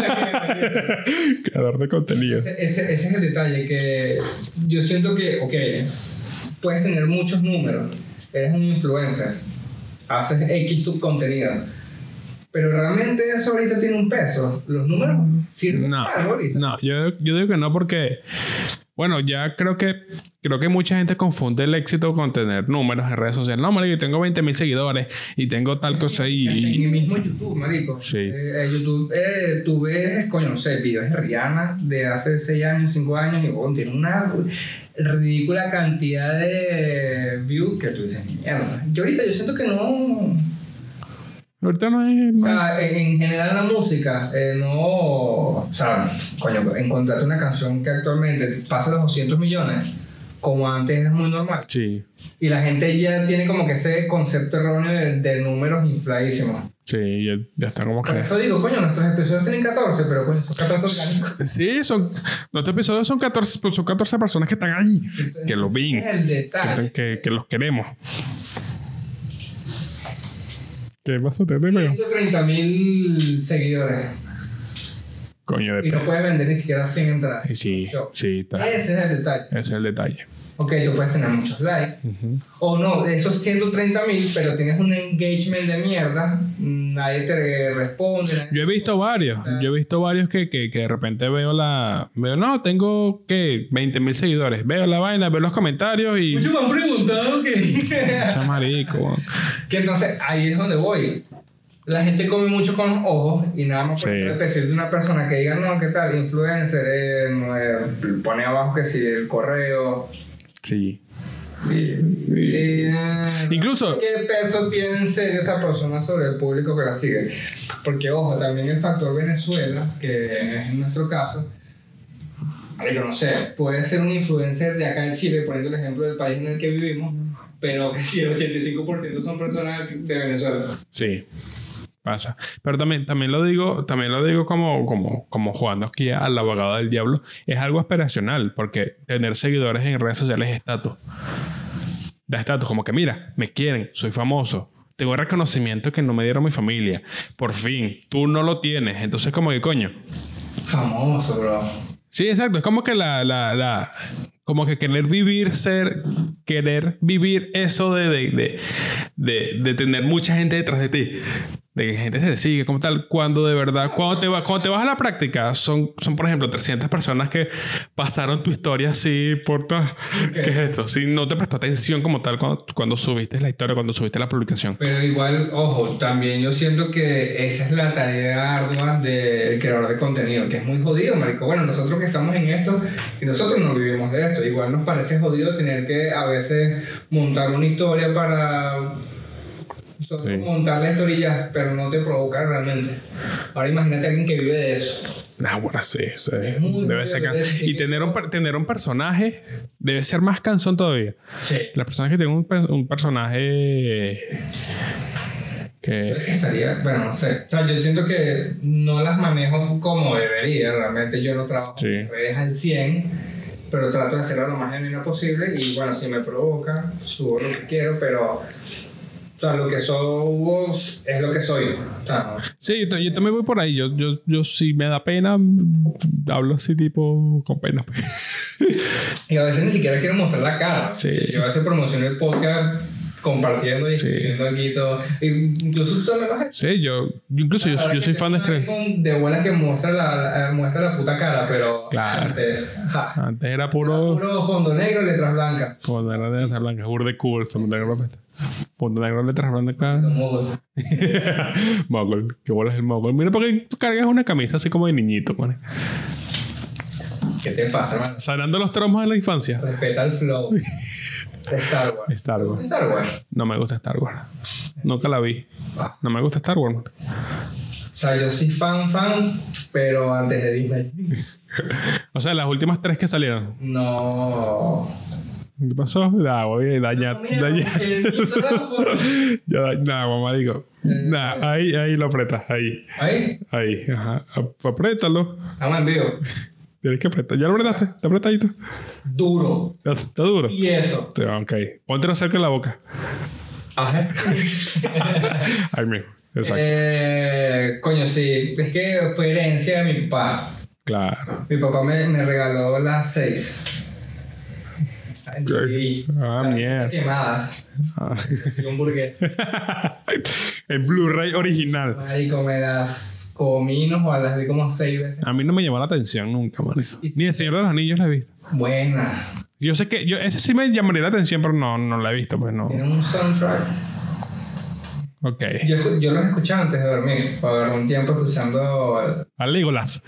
Speaker 2: de contenido.
Speaker 1: Creador de contenido.
Speaker 2: ese, ese- ese es el detalle, que yo siento que, ok, puedes tener muchos números, eres un influencer, haces X tu contenido. Pero realmente eso ahorita tiene un peso. Los números sirven
Speaker 1: No,
Speaker 2: para algo ahorita.
Speaker 1: no yo, yo digo que no porque, bueno, ya creo que creo que mucha gente confunde el éxito con tener números en redes sociales. No, marico, yo tengo 20 mil seguidores y tengo tal cosa y...
Speaker 2: En el
Speaker 1: y-
Speaker 2: mismo YouTube, marico.
Speaker 1: Sí.
Speaker 2: Eh, eh, YouTube, eh, tú ves, coño, no sé, videos de Rihanna de hace 6 años, 5 años, y bueno, tiene una ridícula cantidad de views que tú dices, mierda. Yo ahorita yo siento que no.
Speaker 1: ahorita no es...
Speaker 2: O
Speaker 1: no-
Speaker 2: sea, en, en general la música, eh, no. O sea, coño, encontrarte una canción que actualmente pasa los 200 millones, como antes es muy normal.
Speaker 1: Sí,
Speaker 2: Y la gente ya tiene como que ese concepto erróneo de, de números infladísimos.
Speaker 1: sí, ya, ya está como
Speaker 2: Por
Speaker 1: que...
Speaker 2: eso digo, coño, nuestros episodios tienen 14, pero coño, son 14 orgánicos.
Speaker 1: Sí, son. Nuestros episodios son 14, pues son 14 personas que están ahí. Que lo
Speaker 2: Ese
Speaker 1: ven.
Speaker 2: Es el
Speaker 1: Que,
Speaker 2: detalle.
Speaker 1: están- que, que los queremos. ¿Qué pasa, te veo?
Speaker 2: 130 mil seguidores.
Speaker 1: Coño de
Speaker 2: Y no
Speaker 1: pe-
Speaker 2: puedes vender ni siquiera 100 entradas.
Speaker 1: Y Sí,
Speaker 2: Yo.
Speaker 1: sí, está. Ese
Speaker 2: Ese es el detalle.
Speaker 1: es el detalle.
Speaker 2: Ok, tú puedes tener muchos likes.
Speaker 1: Ujú.
Speaker 2: O no, esos 130 mil, pero tienes un engagement de mierda. mm, Nadie te responde. nadie-
Speaker 1: Yo he visto varios. Yo he visto varios que, que, que de repente veo la. Veo, no, tengo que 20 mil seguidores. Veo la vaina, veo los comentarios y.
Speaker 2: Muchos me han preguntado que.
Speaker 1: Echa marico.
Speaker 2: Que entonces ahí es donde voy. La gente come mucho con los ojos y nada más por
Speaker 1: Sí.
Speaker 2: el perfil de una persona que diga, no, ¿qué tal? Influencer, eh, no, eh, pone abajo que si el correo.
Speaker 1: Sí.
Speaker 2: Y, y, eh,
Speaker 1: Incluso.
Speaker 2: ¿Qué peso tiene en serio esa persona sobre el público que la sigue? Porque, ojo, también el factor Venezuela, que es nuestro caso, marico, no sé, puede ser un influencer de acá en Chile, poniendo el ejemplo del país en el que vivimos, pero que si el 85% son personas de Venezuela.
Speaker 1: Sí. Pasa. Pero también, también lo digo, también lo digo como, como, como jugando aquí al abogado del diablo. Es algo aspiracional, porque tener seguidores en redes sociales es estatus. Da estatus, como que mira, me quieren, soy famoso. Tengo reconocimiento que no me dieron mi familia. Por fin, tú no lo tienes. Entonces, como que coño.
Speaker 2: Famoso, bro.
Speaker 1: Sí, exacto. Es como que la, la, la- como que querer vivir ser, querer vivir eso de, de, de, de- de tener mucha gente detrás de ti. De que gente se te sigue como tal. Cuando de verdad, cuando te, va, cuando te vas a la práctica, son, son por ejemplo 300 personas que pasaron tu historia así por tal. ¿Qué es esto? Si no te prestó atención como tal cuando, cuando subiste la historia, cuando subiste la publicación.
Speaker 2: Pero igual, ojo, también yo siento que esa es la tarea ardua del creador de contenido, que es muy jodido, marico. Bueno, nosotros que estamos en esto y nosotros no vivimos de esto, igual nos parece jodido tener que a veces montar una historia para solo
Speaker 1: Sí.
Speaker 2: montar la historia, y ya, pero no te provoca realmente. Ahora imagínate a alguien que vive de eso.
Speaker 1: Ah, bueno, sí, sí.
Speaker 2: muy
Speaker 1: Debe ser can-
Speaker 2: divertido.
Speaker 1: Y tener un, per- tener un personaje debe ser más cansón todavía.
Speaker 2: Sí.
Speaker 1: La persona que tiene un, pe- un personaje que...
Speaker 2: Estaría, bueno, no sé. O sea, yo siento que no las manejo como debería. Realmente yo no trabajo
Speaker 1: Sí.
Speaker 2: en redes al 100, pero trato de hacerlo lo más genuino posible. Y bueno, si me provoca, subo lo que quiero, pero. O sea, lo que soy es lo que soy. O sea,
Speaker 1: Sí, yo, ta- yo también voy por ahí. Yo, yo, yo si me da pena, hablo así tipo con pena. pues.
Speaker 2: y a veces ni siquiera quiero mostrar la cara.
Speaker 1: Sí.
Speaker 2: Yo a veces promociono el podcast compartiendo y
Speaker 1: Sí.
Speaker 2: escribiendo algo. Y Incluso tú también lo has hecho.
Speaker 1: Sí, yo incluso yo, yo soy fan de Screen.
Speaker 2: iPhone de buenas que muestra la, la- muestra la puta cara, pero
Speaker 1: Claro.
Speaker 2: antes, ja,
Speaker 1: Antes era
Speaker 2: Puro,
Speaker 1: puro...
Speaker 2: fondo negro, letras blancas.
Speaker 1: Fondo negro, letras blancas, burde cool. Fondo negro, fondo negro, letras blancas.
Speaker 2: Como-
Speaker 1: Mogul, que bolas el mogul. Mira, porque tú cargas una camisa así como de niñito, man.
Speaker 2: ¿Qué te pasa, hermano?
Speaker 1: Sanando los traumas de la infancia.
Speaker 2: Respeta el flow. Star Wars.
Speaker 1: Star Wars.
Speaker 2: Star Wars.
Speaker 1: No me gusta Star Wars. Nunca la vi. No me gusta Star Wars. man.
Speaker 2: O sea, yo soy fan, fan, pero antes de Disney.
Speaker 1: O sea, las últimas tres que salieron.
Speaker 2: No.
Speaker 1: ¿Qué pasó? Nah, voy a dañar. dañar.
Speaker 2: el micrófono.
Speaker 1: Ya, da- nah, mamá, digo. Nah, ahí, ahí lo apretas, ahí.
Speaker 2: Ahí,
Speaker 1: Ahí, ajá. Ap- Apriétalo.
Speaker 2: estamos en vivo.
Speaker 1: Tienes que apretar. ¿Ya lo apretaste? ¿Está apretadito?
Speaker 2: Duro.
Speaker 1: ¿Está, está duro?
Speaker 2: Y eso.
Speaker 1: Sí, Ok. Póntelo cerca de la boca.
Speaker 2: Ajá.
Speaker 1: Ahí mismo. Exacto.
Speaker 2: Eh, coño, sí. Es que fue herencia de mi papá.
Speaker 1: Claro.
Speaker 2: Mi papá me, me regaló las seis. Ay, y-
Speaker 1: Ah, mierda.
Speaker 2: Quemadas.
Speaker 1: Ah.
Speaker 2: Y un burgués.
Speaker 1: El Blu-ray original.
Speaker 2: Marico, me las comí, nos las vi como seis veces.
Speaker 1: A mí no me llamó la atención nunca, marico. Ni El Señor de los Anillos la he visto.
Speaker 2: Buena.
Speaker 1: Yo sé que... Yo, ese sí me llamaría la atención, pero no, no la he visto, pues no.
Speaker 2: Tiene un soundtrack.
Speaker 1: Ok.
Speaker 2: Yo, yo los escuchaba antes de dormir. Por un tiempo escuchando.
Speaker 1: A Legolas.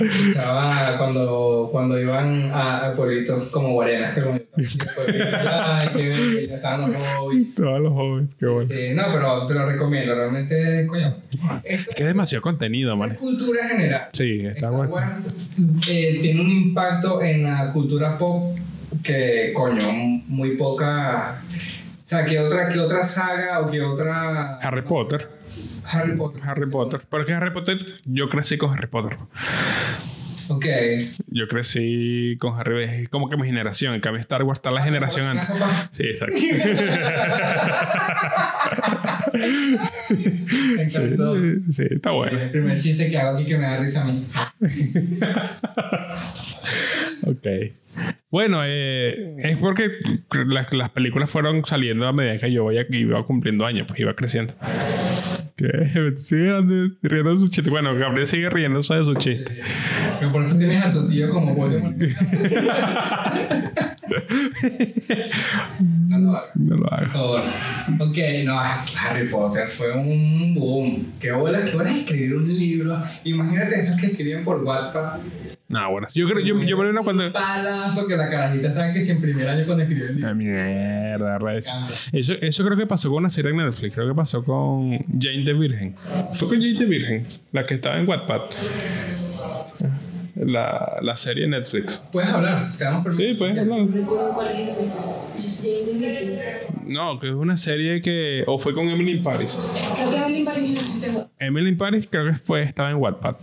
Speaker 2: Escuchaba cuando, cuando iban a, a pueblitos como Guarenas, que bonito. Y después vi, Ay, qué bello, estaban los hobbies.
Speaker 1: Todos los hobbits. Qué bueno.
Speaker 2: Sí, no, pero te lo recomiendo. Realmente, coño. Esto
Speaker 1: Que es demasiado contenido,
Speaker 2: es
Speaker 1: man.
Speaker 2: cultura general.
Speaker 1: Sí, está
Speaker 2: Star
Speaker 1: bueno.
Speaker 2: Wars, eh, tiene un impacto en la cultura pop que, coño, muy poca. O sea, que otra, que otra saga o que otra.
Speaker 1: Harry Potter.
Speaker 2: Harry Potter.
Speaker 1: Harry Potter. Porque Harry Potter, yo crecí con Harry Potter.
Speaker 2: Ok.
Speaker 1: Yo crecí con Harry Es como que mi generación. En cambio, Star Wars está la generación antes.
Speaker 2: pues,
Speaker 1: Sí, exacto.
Speaker 2: Me encantó.
Speaker 1: Sí, está bueno.
Speaker 2: El primer chiste que hago aquí que me da risa a mí.
Speaker 1: Ok. Bueno, eh, es porque las, las películas fueron saliendo a medida que yo vaya, iba cumpliendo años, pues iba creciendo. ¿Qué? Sigue dando- riendo de su chiste. Bueno, Gabriel sigue riéndose de su chiste.
Speaker 2: Que por eso tienes a tu tío como Voldemort. no lo hagas.
Speaker 1: No lo hago.
Speaker 2: Por favor. Ok, no, Harry Potter fue un boom. Qué bolas, qué bolas escribir un libro. Imagínate esos que escriben por WhatsApp.
Speaker 1: No, bueno. Yo, creo- yo, yo me lo cuando.
Speaker 2: Palazo que la carajita sabe que si en primer año cuando escribió el libro.
Speaker 1: Ah, mierda, redes.
Speaker 2: Ah.
Speaker 1: Eso, eso creo que pasó con una serie en Netflix. Creo que pasó con Jane the Virgin. Fue con Jane the Virgin, la que estaba en Wattpad. la, la serie de Netflix.
Speaker 2: Puedes hablar, te damos permiso.
Speaker 1: Sí, pues, puedes hablar.
Speaker 3: No recuerdo cuál es ese. Jane the Virgin.
Speaker 1: No, que es una serie que. O fue con Emily in Paris.
Speaker 3: Creo que Evelyn París no existe.
Speaker 1: Emily in Paris creo que fue, estaba en Wattpad.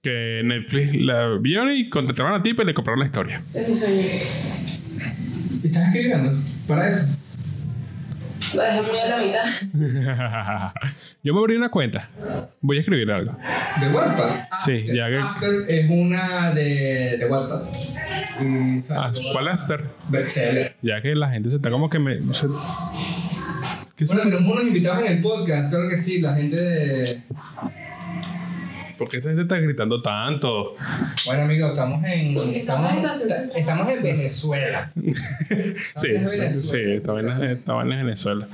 Speaker 1: Que Netflix la vieron y contrataron a ti y le compraron la historia.
Speaker 3: Ese es mi sueño.
Speaker 2: ¿Estás escribiendo? Para eso.
Speaker 3: Lo dejé muy a la mitad.
Speaker 1: Yo me abrí una cuenta. Voy a escribir algo.
Speaker 2: ¿De Wattpad?
Speaker 1: Sí, ya que-
Speaker 2: After es una de, de Wattpad. Y
Speaker 1: Ah,
Speaker 2: sale-
Speaker 1: ¿Cuál after?
Speaker 2: Excelente.
Speaker 1: Ya que la gente se está como que me. se- ¿Qué es-
Speaker 2: Bueno, tenemos unos invitados en el podcast, claro que sí, la gente de...
Speaker 1: ¿Por qué esta gente está gritando tanto?
Speaker 2: Bueno, amigos, estamos en...
Speaker 3: Estamos en Estación Central.
Speaker 2: estamos en Venezuela.
Speaker 1: Sí,
Speaker 2: en
Speaker 1: sí,
Speaker 2: Venezuela.
Speaker 1: sí, estaba en, la- estaba en la Venezuela.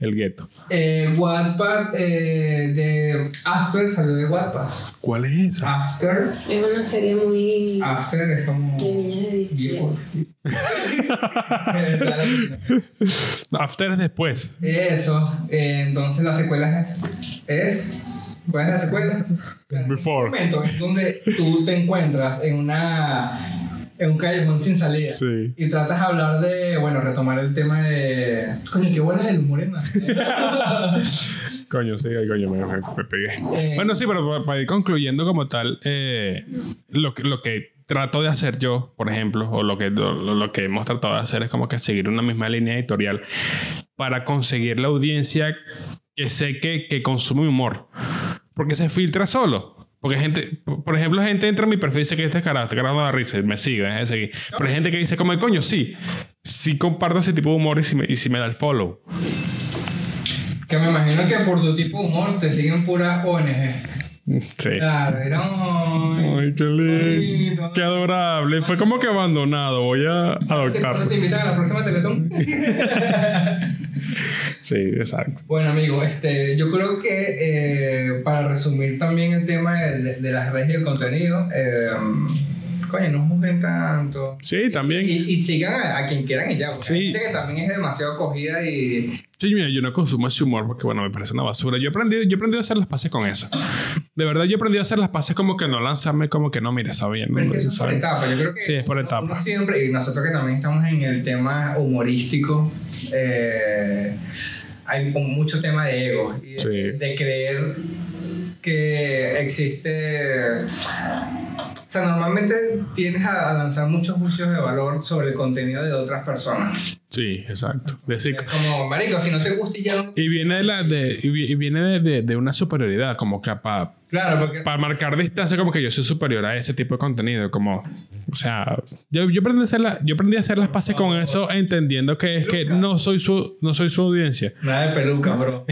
Speaker 1: El gueto.
Speaker 2: Eh, Wattpad eh, de After salió de Wattpad.
Speaker 1: ¿Cuál es esa?
Speaker 2: After,
Speaker 3: Es una serie muy.
Speaker 2: After es como...
Speaker 3: de niñas de 17.
Speaker 1: After es después.
Speaker 2: Eso, eh, entonces la secuela es, es- ¿Cuál es la secuela?
Speaker 1: Before.
Speaker 2: Un momento es donde tú te encuentras en una. en un callejón sin salida.
Speaker 1: Sí.
Speaker 2: Y tratas de hablar de. bueno, retomar el tema de. coño, qué bolas el humor en la-
Speaker 1: Coño, sí, ay, coño, me, me- me pegué.
Speaker 2: Eh,
Speaker 1: bueno, sí, pero pa- para, ir concluyendo como tal, eh, lo, que- lo que trato de hacer yo, por ejemplo, o lo que, lo, lo que hemos tratado de hacer es como que seguir una misma línea editorial para conseguir la audiencia que sé que, que consume humor. Porque se filtra solo. Porque gente, por por ejemplo, gente entra a mi perfil y dice que este carajo, este carajo no da risa, y me sigue, deja de seguir. Pero hay gente que dice, como el coño, sí, sí comparto ese tipo de humor y si me, y si me da el follow.
Speaker 2: que me imagino que por tu tipo de humor te siguen puras ONG.
Speaker 1: Sí.
Speaker 2: Claro, era un-
Speaker 1: Ay, qué lindo. Qué adorable. Fue como que abandonado. Voy a
Speaker 2: ¿Te, ¿no
Speaker 1: adoptarlo.
Speaker 2: te invitan a la próxima Teletón?
Speaker 1: Sí, exacto.
Speaker 2: Bueno, amigo, este, yo creo que eh, para resumir también el tema de, de- de las redes y el contenido, eh, coño, no juzguen tanto.
Speaker 1: Sí, también.
Speaker 2: Y, y sigan a, a quien quieran y ya. porque
Speaker 1: Sí.
Speaker 2: hay gente que también es demasiado acogida y.
Speaker 1: Sí, mira, yo no consumo ese humor porque, bueno, me parece una basura. Yo aprendí, yo aprendí a hacer las paces con eso. De verdad, yo aprendí a hacer las paces como que no lanzarme, como que no, mira, sabía.
Speaker 2: Pero es que eso
Speaker 1: No,
Speaker 2: es por
Speaker 1: ¿saben?
Speaker 2: etapa. Yo creo que
Speaker 1: Sí, es por
Speaker 2: uno-
Speaker 1: etapa.
Speaker 2: uno siempre, y nosotros que también estamos en el tema humorístico, eh, hay como mucho tema de ego y de,
Speaker 1: Sí.
Speaker 2: de creer que existe. O sea, normalmente tienes a, a lanzar muchos juicios de valor sobre el contenido de otras personas.
Speaker 1: Sí, exacto. Decir,
Speaker 2: Es como, marico, si no te gusta y ya no.
Speaker 1: y viene de la de, y vi- y viene de, de- de una superioridad, como capaz.
Speaker 2: Claro, porque.
Speaker 1: Para marcar distancia, como que yo soy superior a ese tipo de contenido, como, o sea, yo, yo, aprendí, a hacer la- yo aprendí a hacer las paces con eso entendiendo que es que no soy su, no soy su audiencia.
Speaker 2: Nada de peluca, bro.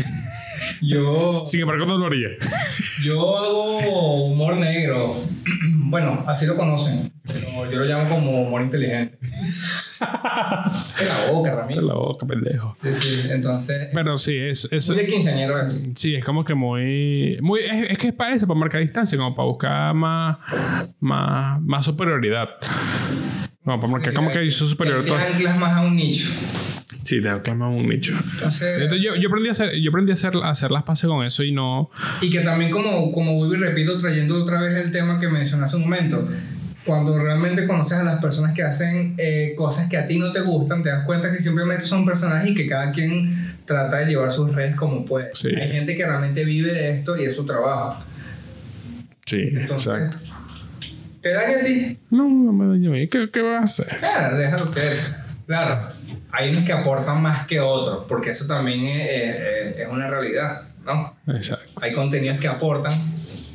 Speaker 2: Yo.
Speaker 1: Sin embargo, no lo haría.
Speaker 2: Yo hago humor negro. Bueno, así lo conocen. Pero yo lo llamo como humor inteligente. De la boca,
Speaker 1: Te
Speaker 2: Ramiro.
Speaker 1: la boca, pendejo.
Speaker 2: Sí, sí. Entonces,
Speaker 1: Pero sí, es, es,
Speaker 2: soy de quinceañero es.
Speaker 1: sí, es como que muy... muy es, es que es para eso, para marcar distancia, como para buscar más, más, más superioridad. No, para marcar como que yo soy superior a
Speaker 2: Te
Speaker 1: todo.
Speaker 2: anclas más a un nicho.
Speaker 1: Sí, te reclama un nicho.
Speaker 2: Entonces,
Speaker 1: Entonces, yo, yo aprendí, a hacer, yo aprendí a, hacer, a hacer las paces con eso y no...
Speaker 2: Y que también como, como vuelvo y repito, trayendo otra vez el tema que mencioné hace un momento, cuando realmente conoces a las personas que hacen eh, cosas que a ti no te gustan, te das cuenta que simplemente son personajes y que cada quien trata de llevar sus redes como puede.
Speaker 1: Sí.
Speaker 2: Hay gente que realmente vive de esto y es su trabajo.
Speaker 1: Sí,
Speaker 2: Entonces,
Speaker 1: exacto.
Speaker 2: ¿Te daña a ti?
Speaker 1: No, no me daño a mí. ¿Qué, qué vas a hacer?
Speaker 2: Claro, déjalo que Claro, hay unos que aportan más que otros, porque eso también es, es- es una realidad, ¿no?
Speaker 1: Exacto.
Speaker 2: Hay contenidos que aportan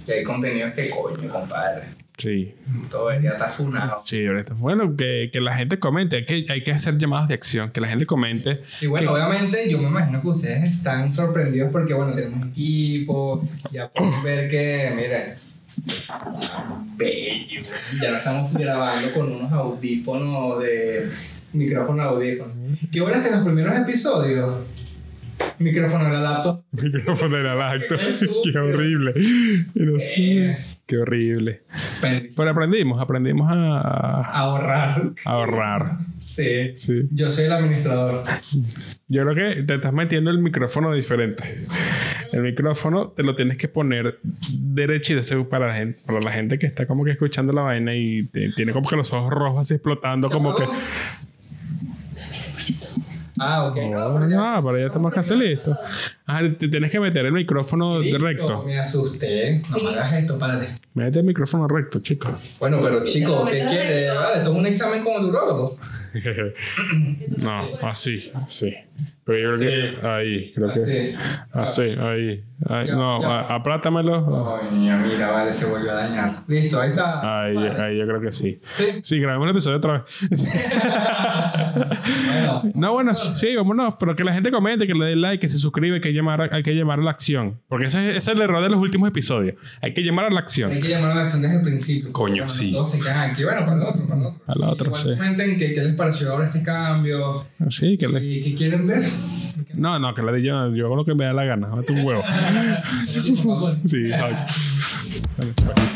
Speaker 2: y hay contenidos que coño, compadre.
Speaker 1: Sí,
Speaker 2: Todo el día está funado.
Speaker 1: sí, ahorita. Bueno, que, que la gente comente. Hay que, hay que hacer llamadas de acción. Que la gente comente.
Speaker 2: Y bueno, obviamente yo me imagino que ustedes están sorprendidos porque, bueno, tenemos equipo, ya pueden ver que, miren, bello. Ya no estamos grabando con unos audífonos de micrófono a audífono. Qué bueno que en los primeros episodios, micrófono a la laptop.
Speaker 1: Micrófono de la lacto.
Speaker 2: Qué
Speaker 1: horrible.
Speaker 2: sé.
Speaker 1: Qué horrible.
Speaker 2: pen-
Speaker 1: Pero aprendimos, aprendimos a, a
Speaker 2: Ahorrar.
Speaker 1: ahorrar.
Speaker 2: Sí.
Speaker 1: Sí.
Speaker 2: Yo soy el administrador.
Speaker 1: Yo creo que te estás metiendo el micrófono diferente. El micrófono te lo tienes que poner derechito ese para la gente, para la gente que está como que escuchando la vaina y te- tiene como que los ojos rojos así explotando, como que.
Speaker 2: Ah, ok.
Speaker 1: No,
Speaker 2: pero ya-
Speaker 1: Oh, no, pero ya estamos casi listos. Ah, te tienes que meter el micrófono
Speaker 2: Listo,
Speaker 1: recto.
Speaker 2: Me asusté. No me hagas esto, padre.
Speaker 1: Mete el micrófono recto, chicos.
Speaker 2: Bueno, pero
Speaker 3: Pero
Speaker 2: chico,
Speaker 3: me
Speaker 2: ¿qué
Speaker 3: quedas
Speaker 2: quieres?
Speaker 3: recto.
Speaker 2: Vale, esto es un examen con el urólogo.
Speaker 1: No, así, así. Pero yo creo que ahí, creo que
Speaker 2: Así.
Speaker 1: así, ahí. ahí.
Speaker 2: Ya,
Speaker 1: No,
Speaker 2: ya.
Speaker 1: a- aplátamelo.
Speaker 2: Coño, mira, vale, se volvió a dañar. Listo, ahí está.
Speaker 1: Ahí,
Speaker 2: Vale.
Speaker 1: ahí yo creo que sí.
Speaker 2: Sí.
Speaker 1: Sí, grabemos el episodio otra vez.
Speaker 2: Bueno,
Speaker 1: No, bueno, sí, vámonos. Pero que la gente comente, que le dé like, que se suscribe, que hay que llamar, a- hay que llamar a la acción. Porque ese, es- ese es el error de los últimos episodios. Hay que llamar a la acción.
Speaker 2: hay que llamar a la acción desde el principio.
Speaker 1: Coño,
Speaker 2: Bueno,
Speaker 1: sí.
Speaker 2: Todos se quedan aquí. Bueno, para el otro, para el otro.
Speaker 1: Para la otra,
Speaker 2: Igual
Speaker 1: sí.
Speaker 2: Comenten que- qué les pareció ahora este cambio
Speaker 1: Así que le-
Speaker 2: y qué quieren ver.
Speaker 1: No, no, que la de yo, yo hago lo que me da la gana. Mate un huevo.
Speaker 2: Por favor.
Speaker 1: Sí, exacto. Vale, chao.